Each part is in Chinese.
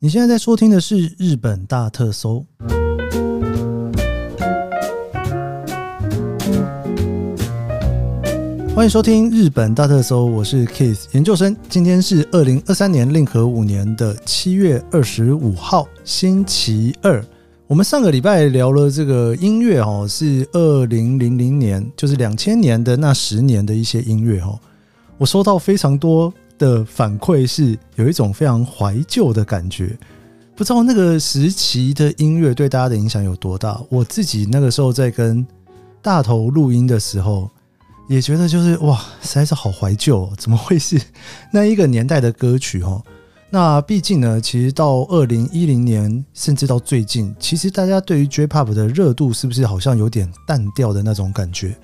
你现在在收听的是《日本大特搜》。欢迎收听《日本大特搜》，我是 Keith 研究生。今天是二零二三年令和五年的七月二十五号，星期二。我们上个礼拜聊了这个音乐哦，是二零零零年，就是两千年的那十年的一些音乐哦。我收到非常多的反馈，是有一种非常怀旧的感觉。不知道那个时期的音乐对大家的影响有多大。我自己那个时候在跟大头录音的时候，也觉得就是哇，实在是好怀旧、哦，怎么会是那一个年代的歌曲哦？那毕竟呢，其实到二零一零年，甚至到最近，其实大家对于 J-Pop 的热度是不是好像有点淡掉的那种感觉？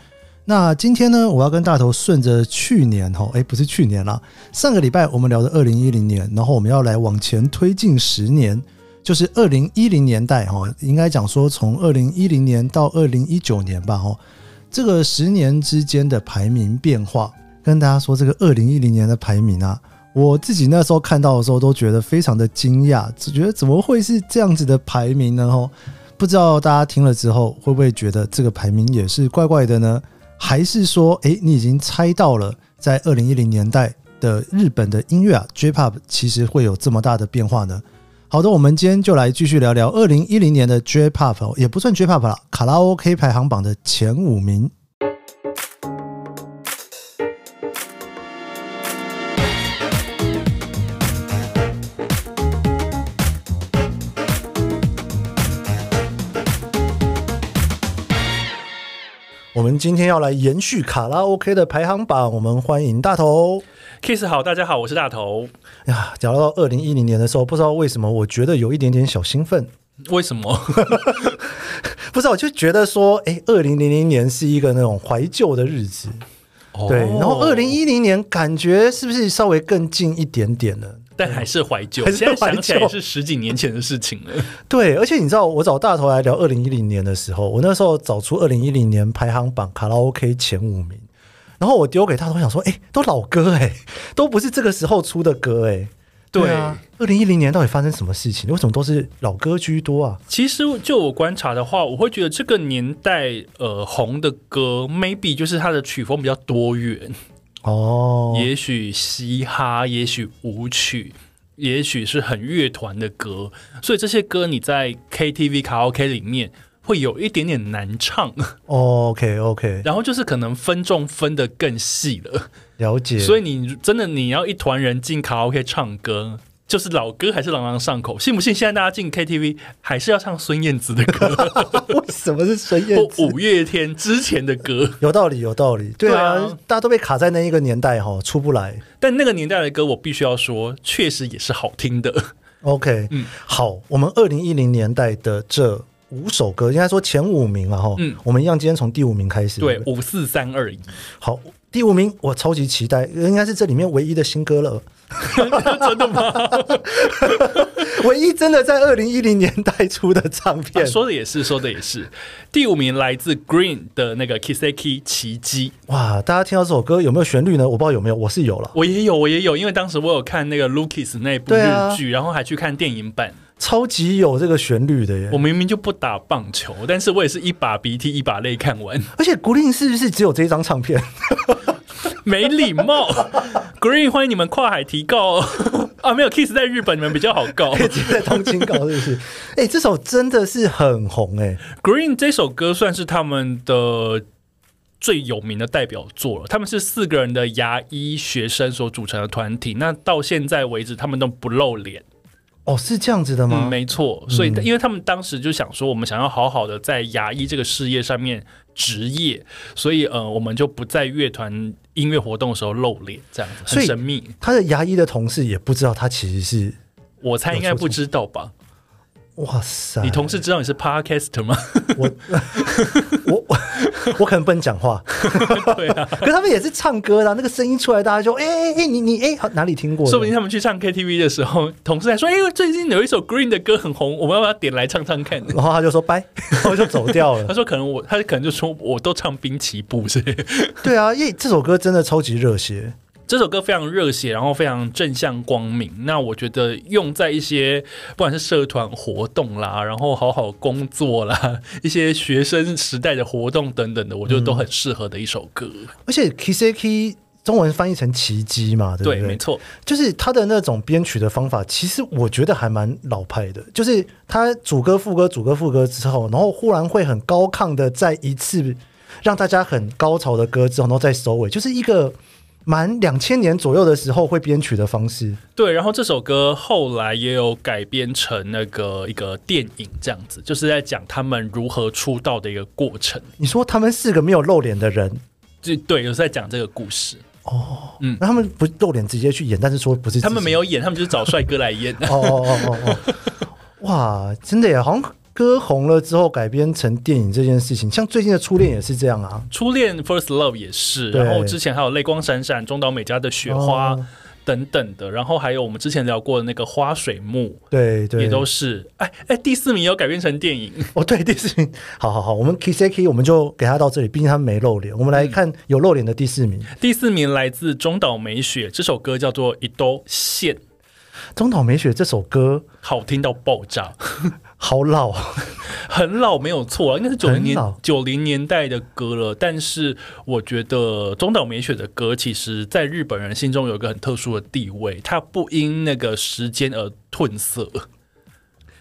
那今天呢，我要跟大头顺着去年哈，哎，不是去年啦，上个礼拜我们聊的二零一零年，然后我们要来往前推进十年，就是二零一零年代哈，应该讲说从二零一零年到二零一九年吧哈，这个十年之间的排名变化，跟大家说这个二零一零年的排名啊，我自己那时候看到的时候都觉得非常的惊讶，只觉得怎么会是这样子的排名呢？哈，不知道大家听了之后会不会觉得这个排名也是怪怪的呢？还是说，诶，你已经猜到了，在二零一零年代的日本的音乐啊，J-Pop 其实会有这么大的变化呢？好的，我们今天就来继续聊聊二零一零年的 J-Pop，哦也不算 J-Pop 啦，卡拉 OK 排行榜的前五名。我们今天要来延续卡拉 OK 的排行榜，我们欢迎大头 Kiss 好，大家好，我是大头。呀。聊到二零一零年的时候，不知道为什么，我觉得有一点点小兴奋，为什么？不是，我就觉得说，诶，二零零零年是一个那种怀旧的日子，哦对。然后二零，一零年感觉是不是稍微更近一点点了？但还是怀旧。还是现在想起来怀旧也是十几年前的事情了。对，而且你知道，我找大头来聊二零一零年的时候，我那时候找出二零一零年排行榜卡拉 OK 前五名，然后我丢给大头，我想说，诶，都老歌诶， 都不是这个时候出的歌诶。对啊，二零一零年到底发生什么事情？为什么都是老歌居多啊？ 其实就我观察的话，我会觉得这个年代呃红的歌，maybe 就是它的曲风比较多元，哦，也许嘻哈，也许舞曲。也许是很乐团的歌，所以这些歌你在 KTV 卡拉 OK 里面会有一点点难唱， OK OK，然后就是可能分众分得更细了。了解。所以以你真的你要一团人进卡拉 OK 唱歌，就是老歌还是朗朗上口？信不信现在大家进 KTV 还是要唱孙燕姿 的歌 为什么是孙燕姿啊或？五月天之前的歌？有道理，有道理。对啊，对啊大家都被卡在那一个年代哈，出不来。但那个年代的歌，我必须要说，确实也是好听的。 OK，嗯好，我们二零一零年代的这五首歌，应该说前五名啊哈。嗯我们一样，今天从第五名开始。对不，五四三二一， 好，第五名我超级期待，应该是这里面唯一的新歌 了。真的吗？唯一真的在二零一零年代出的唱片。啊说的也是，说的也是。第五名来自 Green 的那个 Kiseki 奇迹，哇，大家听到这首歌有没有旋律呢？我不知道有没有，我是有了，我也有，我也有，因为当时我有看那个 Lucas 那部对啊日剧，然后还去看电影版。超级有这个旋律的耶我。明明就不打棒球，但是我也是一把鼻涕一把泪看完， 而且古令是不是只有这一张唱片？ 没礼貌。Green，欢迎你们跨海提告哦 啊！没有 Kiss 在日本，你们比较好告。 直接在东京搞，是不是？哎、这首真的是很红哎、 Green 这首歌算是他们的最有名的代表作了。他们是四个人的牙医学生所组成的团体，那到现在为止，他们都不露脸。哦，是这样子的嗯，吗？没错。所以，因为他们当时就想说，我们想要好好的在牙医这个事业上面职业，所以呃，我们就不在乐团音乐活动的时候露脸，这样子所很以神秘。他的牙医的同事也不知道他其实是，我猜应该不知道吧？哇塞，你同事知道你是 podcaster 吗？ 我我我 我可能不能讲话，对啊，可是他们也是唱歌的啊、那个声音出来，大家就哎哎哎，你你哎、好哪里听过的？说不定他们去唱 KTV 的时候，同事还说：“哎、呦，最近有一首 Green 的歌很红，我们要不要点来唱唱看？” 然后他就说拜，然后就走掉了他。说：“可能我，他可能就说我都唱滨崎步是。”对啊，因为这首歌真的超级热血，这首歌非常热血，然后非常正向光明。那我觉得用在一些不管是社团活动啦，然后好好工作啦， 一些学生时代的活动等等的，我觉得都很适合的一首歌。而且 K C K 中文翻译成奇迹嘛，对不对，没错。就是他的那种编曲的方法，其实我觉得还蛮老派的。就是他主歌、副歌、主歌、副歌之后，然后忽然会很高亢的再一次让大家很高潮的歌之后，然后再收尾，就是一个满两千年左右的时候会编曲的方式。对，然后这首歌后来也有改编成那个一个电影，这样子，就是在讲他们如何出道的一个过程。你说他们四个没有露脸的人，就对，有在讲这个故事。嗯那他们不露脸直接去演，但是说不 是他们没有。有演，他们就是找帅哥来演。哦哦哦哦哦，哇，真的耶！好像歌红了之后改编成电影这件事情，像最近的《初恋》也是这样啊。初恋 First Love 也是，对然后之前还有泪光闪闪、中岛美嘉的雪花哦等等的，然后还有我们之前聊过的那个花水木。对对，也都是，哎哎，第四名也有改编成电影， 哦，对，第四名，好好好，我们 K C K 我们就给他到这里，毕竟他们没露脸。我们来看有露脸的第四名，第四名来自中岛美雪，这首歌叫做《一兜线》，中岛美雪这首歌好听到爆炸，好老啊，很老没有错啊，应该是九零很年老九零年代的歌了。但是我觉得中岛美雪的歌，其实在日本人心中有一个很特殊的地位，它不因那个时间而褪色。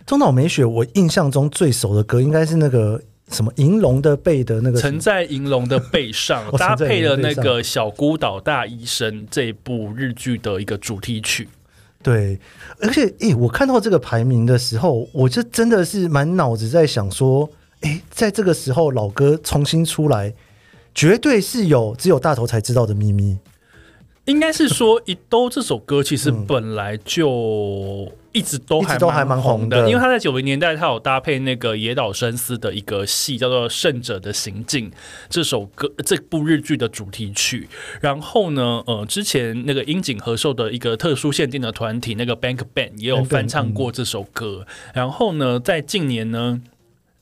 中岛美雪，我印象中最熟的歌应该是那个什么《银龙的背》的那个什曾么，在银龙的背上 ，哦搭配了那曾在银龙的个《小孤岛大医生》这一部日剧的一个主题曲。对，而且诶、我看到这个排名的时候，我就真的是满脑子在想说，诶、在这个时候老歌重新出来，绝对是有只有大头才知道的秘密。应该是说，《一兜》这首歌其实嗯本来就一直都一还直都还蛮红红的因为他在九零年代他有搭配那个野岛伸司的一个戏叫做《胜者的行径》这首歌这部日剧的主题曲。然后呢，呃，之前那个樱井和寿的一个特殊限定的团体那个 Bank Band 也有 Bank Band，翻唱过这首歌。然后呢，在近年呢。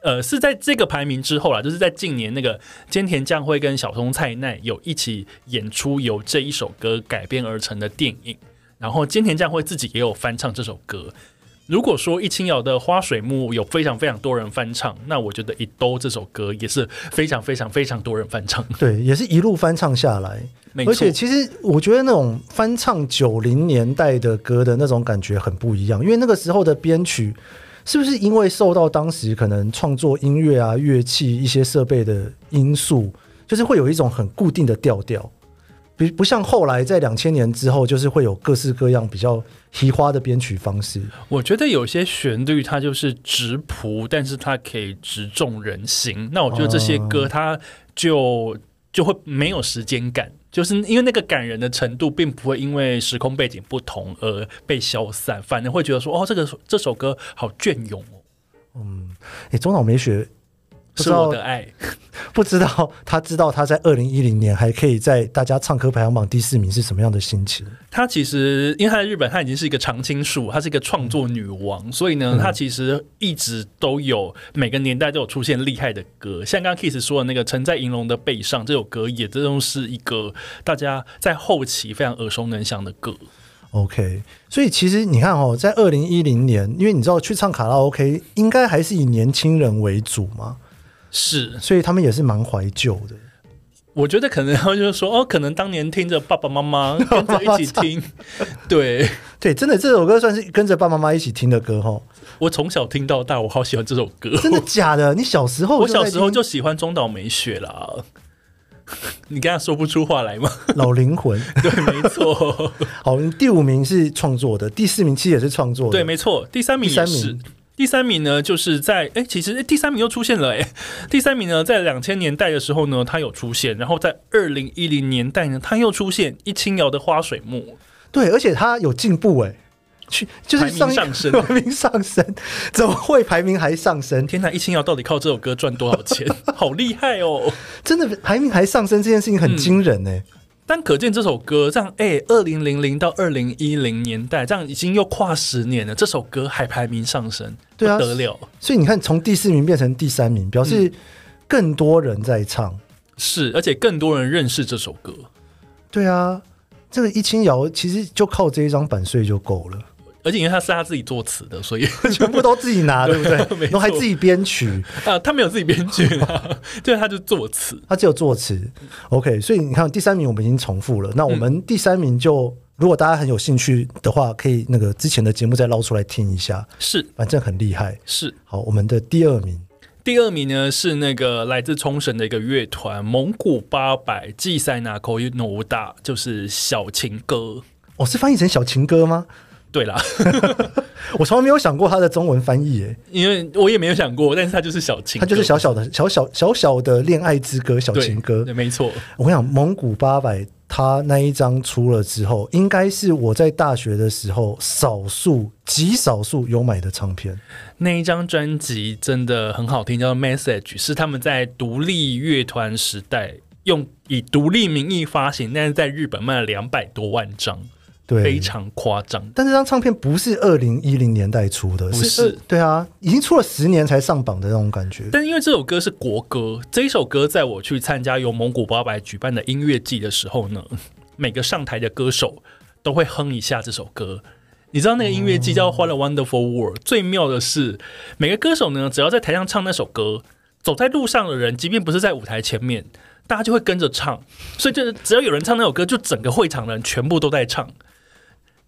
呃，是在这个排名之后啦，就是在近年那个菅田将晖跟小松菜奈有一起演出由这一首歌改编而成的电影，然后菅田将晖自己也有翻唱这首歌。如果说一清瑶的《花水木》有非常非常多人翻唱，那我觉得《一兜》这首歌也是非常非常非常多人翻唱。对，也是一路翻唱下来。没而错且，其实我觉得那种翻唱九零年代的歌的那种感觉很不一样，因为那个时候的编曲是不是因为受到当时可能创作音乐啊、乐器一些设备的因素，就是会有一种很固定的调调，不不像后来在两千年之后，就是会有各式各样比较奇花的编曲方式。我觉得有些旋律它就是直朴，但是它可以直中人心。那我觉得这些歌它就就会没有时间感，就是因为那个感人的程度并不会因为时空背景不同而被消散，反而会觉得说哦，这个这首歌好隽永哦，诶，中岛美雪不知是道我的爱。不知道他知道他在二零一零年还可以在大家唱歌排行榜第四名是什么样的心情？她其实，因为她在日本，她已经是一个常青树，她是一个创作女王，所以嗯呢，她其实一直都有每个年代都有出现厉害的歌，像刚刚 Kiss 说的那个《沉在银龙的背上》这首歌，也真的是一个大家在后期非常耳熟能详的歌。 OK，所以其实你看哦，在二零一零年，因为你知道去唱卡拉 OK 应该还是以年轻人为主嘛，是，所以他们也是蛮怀旧的。我觉得可能他们就是说，哦，可能当年听着爸爸妈 妈跟着一起听，对对，真的这首歌算是跟着爸爸妈妈一起听的歌哦。我从小听到大，我好喜欢这首歌。真的假 的？你小时候我就在小时候听就喜欢中岛美雪啦， 你刚刚说不出话来吗？老灵魂。 对，没错。好，第五名是创作的，第四名其实也是创作的。对，没错，第三名第三也是名。第三名呢，就是在哎，其实诶第三名又出现了哎。第三名呢，在两千年代的时候呢，它有出现，然后在二零一零年代呢，它又出现一清瑶的《花水木对，而且他有进步哎、去就是排名上一上升 排名上升，怎么会排名还上升》。？天哪，一清瑶到底靠这首歌赚多 少钱？好厉害哦！真的排名还上升这件事情嗯很惊人欸呢、但可见这首歌这样，哎，二零零零到二零一零年代，这样已经又跨十年了，这首歌还排名上升，对啊不得了。所以你看，从第四名变成第三名，表示更多人在唱。是，而且更多人认识这首歌。对啊，这个一清瑶其实就靠这一张版税就够了，而且因为他是他自己作词的，所以全部都自己拿，对不对？没然后还错自己编曲，啊，他没有自己编剧啦，对，他就作词。他只有作词。OK，所以你看第三名我们已经重复了，那我们第三名就、如果大家很有兴趣的话，可以那个之前的节目再捞出来听一下，是反正很厉害。是，好，我们的第二名，第二名呢是那个来自冲绳的一个乐团蒙古八百祭塞纳口与努大，就是小情歌。我、哦是翻译成小情歌吗？对啦，我从来没有想过它的中文翻译，耶，因为我也没有想过，但是它就是小情它歌，就是小小的、小小小小的恋爱之歌，小对情歌。对，没错，我跟你讲，蒙古八百他那一张出了之后，应该是我在大学的时候少数极少数有买的唱片。那一张专辑真的很好听，叫《Message》，是他们在独立乐团时代用以独立名义发行，但是在日本卖了两百多万张，对，非常夸张。但这张唱片不是二零一零年代出的，不是二对啊，已经出了十年才上榜的那种感觉。但因为这首歌是国歌，这一首歌在我去参加由蒙古八百举办的音乐季的时候呢， 每个上台的歌手都会哼一下这首歌。你知道那个音乐季叫《What a Wonderful World》，最妙的是每个歌手呢，只要在台上唱那首歌，走在路上的人，即便不是在舞台前面，大家就会跟着唱。所以就是只要有人唱那首歌，就整个会场的人全部都在唱。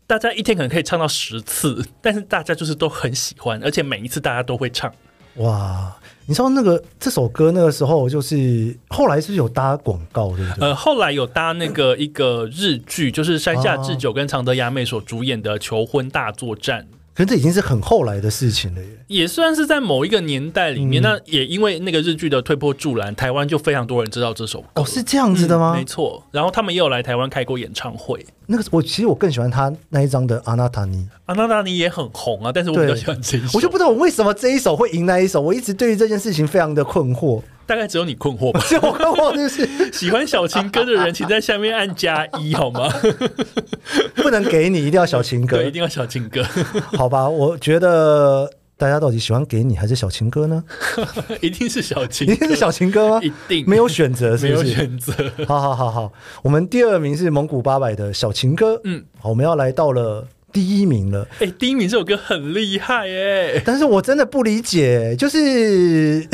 大家一天可能可以唱到十次，但是大家就是都很喜欢，而且每一次大家都会唱。哇，你知道那个这首歌那个时候就是后来是不是有搭广告，对不对？呃，后来有搭那个一个日剧，就是山下智久跟长泽雅美所主演的《求婚大作战》，可是这已经是很后来的事情了耶。也算是在某一个年代里嗯面。那也因为那个日剧的推波助澜，台湾就非常多人知道这首歌。嗯哦，是这样子的吗？呃没错，然后他们也有来台湾开过演唱会。那个我其实我更喜欢他那一张的《阿纳塔尼》，阿啊娜达尼也很红啊，但是我对比较喜欢这一首，我就不知道我为什么这一首会赢那一首，我一直对于这件事情非常的困 惑。。大概只有你困惑吧 就我困惑就是喜欢小情歌的人，请在下面按加一 好吗？不能给你，一定要小情歌对，一，定要小情歌， 好吧？我觉得大家到底喜欢给你还是小情歌呢？一定是小情一歌，定是小情歌吗？一定没有选择，没是不有是？选择。好好好好，我们第二名是蒙古八百的小情歌，嗯，好，我们要来到了第一名了。哎、第一名这首歌很厉害哎、但是我真的不理解，就是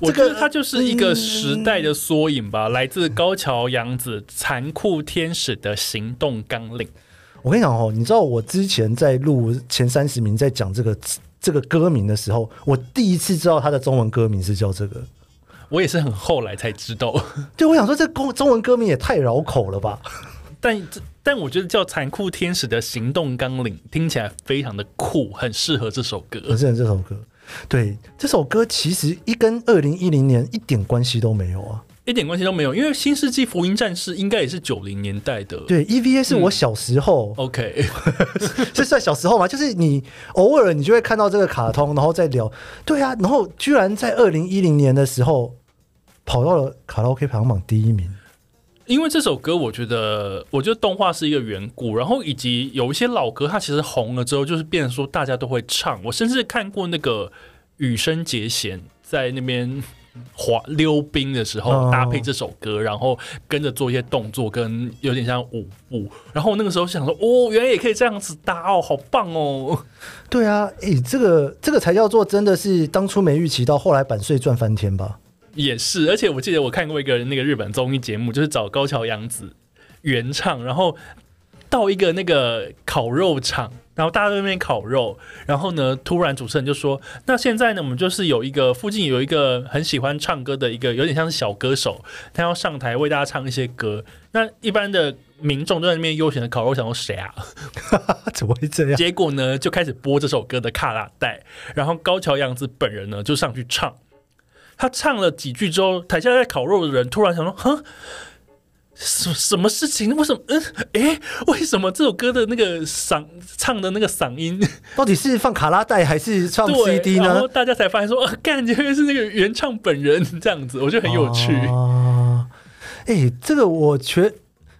我觉这得个嗯它就是一个时代的缩影吧，来自高桥洋子《残酷天使的行动纲领》。我跟你讲哦，你知道我之前在录前三十名，在讲这个这个歌名的时候，我第一次知道它的中文歌名是叫这个。我也是很后来才知道， 对，我想说这中中文歌名也太绕口了吧？但这但我觉得叫《残酷天使的行动纲领》听起来非常的酷，很适合这首可歌。是这首歌，对，这首歌其实一跟二零一零年一点关系都没有啊。一点关系都没有，因为《新世纪福音战士》应该也是九零年代的。对，EVA 是我小时候， OK，这算小时候嘛？ 就是你偶尔你就会看到这个卡通，然后再聊。对啊，然后居然在二零一零年的时候跑到了卡拉 OK 排行榜第一名。因为这首歌，我觉得，我觉得动画是一个缘故，然后以及有一些老歌，它其实红了之后，就是变成说大家都会唱。我甚至看过那个羽生结弦在那边滑溜冰的时哦候，搭配这首歌，然后跟着做一些动作，跟有点像舞步。然后我那个时候想说，哦，原来也可以这样子搭哦，好棒哦！对啊，诶、这个这个才叫做真的是当初没预期到，后来版税赚翻天吧？ 也是，而且我记得我看过一个那个日本综艺节目，就是找高桥洋子原唱，然后到一个那个烤肉场，然后大家在那边烤肉，然后呢，突然主持人就说：“那现在呢，我们就是有一个附近有一个很喜欢唱歌的一个，有点像是小歌手，他要上台为大家唱一些歌。那一般的民众都在那边悠闲的烤肉，想说谁啊？啊，怎么会 这样？结果呢，就开始播这首歌的卡拉带，然后高桥洋子本人呢就上去唱。他唱了几句之后，台下在烤肉的人突然想说：“哼，什什么事情？为什么？嗯，诶，为什么这首歌的那个嗓唱的那个嗓音，到底是放卡拉带还是唱 对 CD 然呢后？大家才发现说，呃、感觉是那个原唱本人这样子，我觉得很有趣。啊，诶、这个我觉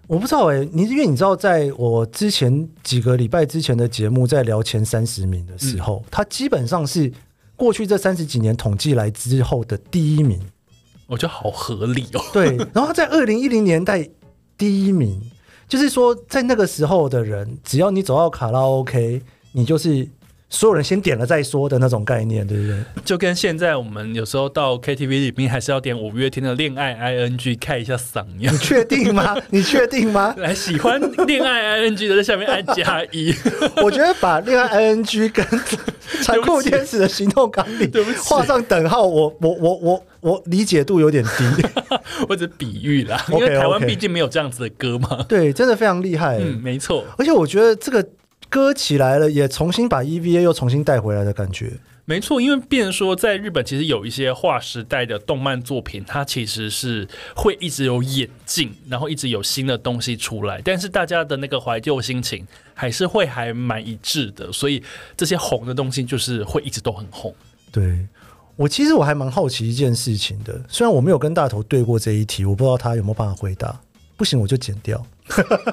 我不知道诶、你因为你知道，在我之前几个礼拜之前的节目在聊前三十名的时候，嗯它基本上是过去这三十几年统计来之后的第一名。我觉得好合理哦。 对，然后他在二零一零年代第一名，就是说在那个时候的人，只要你走到卡拉 OK，你就是所有人先点了再说的那种概念，对不对？就跟现在我们有时候到 KTV 里面还是要点五月天的《恋爱 ING》开一下嗓一样你。确定吗？ 你确定吗？来，喜欢恋爱 ING 的在下面按加一。 我觉得把恋爱 ING 跟残酷天使的行动纲领对不起画上等号，我我我我我理解度有点低。 或者比喻啦，因 OK，为台湾 OK 毕竟没有这样子的歌嘛。对，真的非常厉害。嗯，没错，而且我觉得这个歌起来了，也重新把 EVA 又重新带回来的感觉。没错，因为变成说在日本其实有一些划时代的动漫作品，它其实是会一直有演进，然后一直有新的东西出来，但是大家的那个怀旧心情还是会还蛮一致的，所以这些红的东西就是会一直都很红。对我其实我还蛮好奇一件事情的，虽然我没有跟大头对过这一题，我不知道他有没有办法回答。不行，我就剪掉。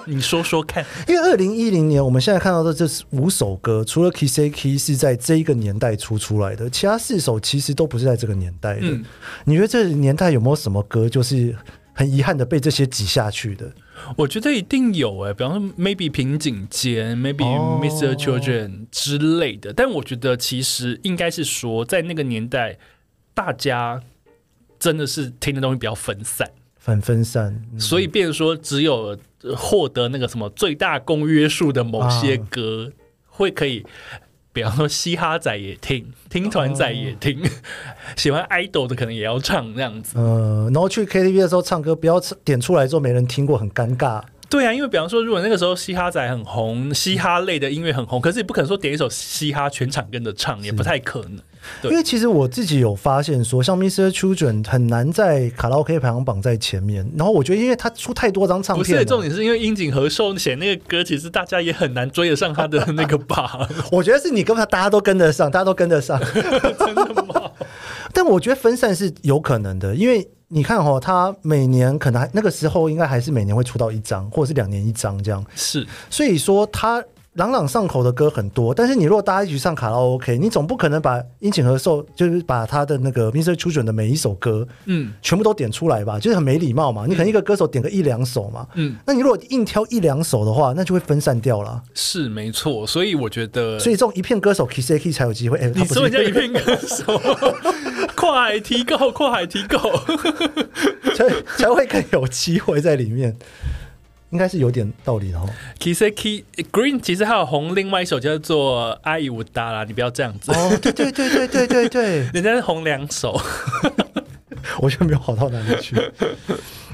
你说说看，因为二零一零年，我们现在看到的这五首歌，除了 Kiseki 是在这一个年代出出来的，其他四首其实都不是在这个年代的。嗯你觉得这个年代有没有什么歌，就是很遗憾的被这些挤下去的？我觉得一定有哎、比方说 maybe 平井坚，maybe 哦 Mr. Children 之类的。但我觉得其实应该是说，在那个年代，大家真的是听的东西比较分散，反分散，嗯所以变成说只有呃获得那个什么最大公约数的某些歌、啊会可以。比方说，嘻哈仔也听，听团仔也听，哦 喜欢 idol 的可能也要唱这样子。呃，然后去 KTV 的时候唱歌，不要点出来之后没人听过，很尴尬。对啊，因为比方说，如果那个时候嘻哈仔很红，嘻哈类的音乐很红，可是你不可能说点一首嘻哈全场跟着唱，也不太可能。对因为其实我自己有发现说，像 Mr. Children 很难在卡拉 OK 排行榜在前面。然后我觉得，因为他出太多张唱不片是了，重点，是因为樱井和寿写那个歌，其实大家也很难追得上他的那个 吧？我觉得是你跟他大家都跟得上，大家都跟得上。 真的吗？ 但我觉得分散是有可能的，因为你看哦，他每年可能还那个时候应该还是每年会出到一张，或者是两年一张这样。是所以说他朗朗上口的歌很多，但是你如果大家一起上卡拉 OK，你总不可能把樱井和寿就是把他的那个 Mr. Children 的每一首歌嗯全部都点出来吧，就是很没礼貌嘛。你可能一个歌手点个一两首嘛，嗯，那你如果硬挑一两首的话，那就会分散掉了。是没错。所以我觉得，所以这种一片歌手 Kiss A K 才有机会。哎、他你不是说人家一片歌手， 跨海提购，跨海提 购， 才才会更有机会在里面，应该是有点道理的 哦。其实 Key Green 其实还有红另外一首叫做《阿姨乌达啦》，你不要这样子，哦，对对对对对对对，人家是红两首。 我觉得没有好到哪里去。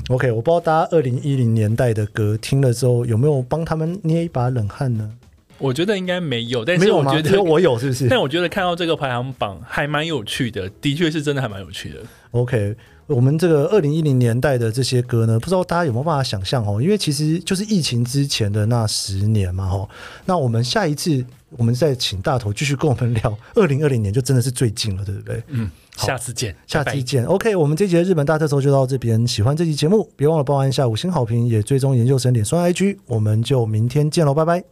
OK，我不知道大家二零一零年代的歌听了之后有没有帮他们捏一把冷汗呢？我觉得应该没有，但没是有我吗？觉只有得，我有，是不是？但我觉得看到这个排行榜还蛮有趣的，的确是真的还蛮有趣的。 OK，我们这个二零一零年代的这些歌呢，不知道大家有没有办法想象哦？因为其实就是疫情之前的那十年嘛，哈。那我们下一次，我们再请大头继续跟我们聊二零二零年，就真的是最近了，对不对？嗯，好下次见，下拜期拜见。OK，我们这集的日本大特搜就到这边。喜欢这期节目，别忘了帮我按下五星好评，也追踪研究生脸双 IG。我们就明天见喽，拜拜。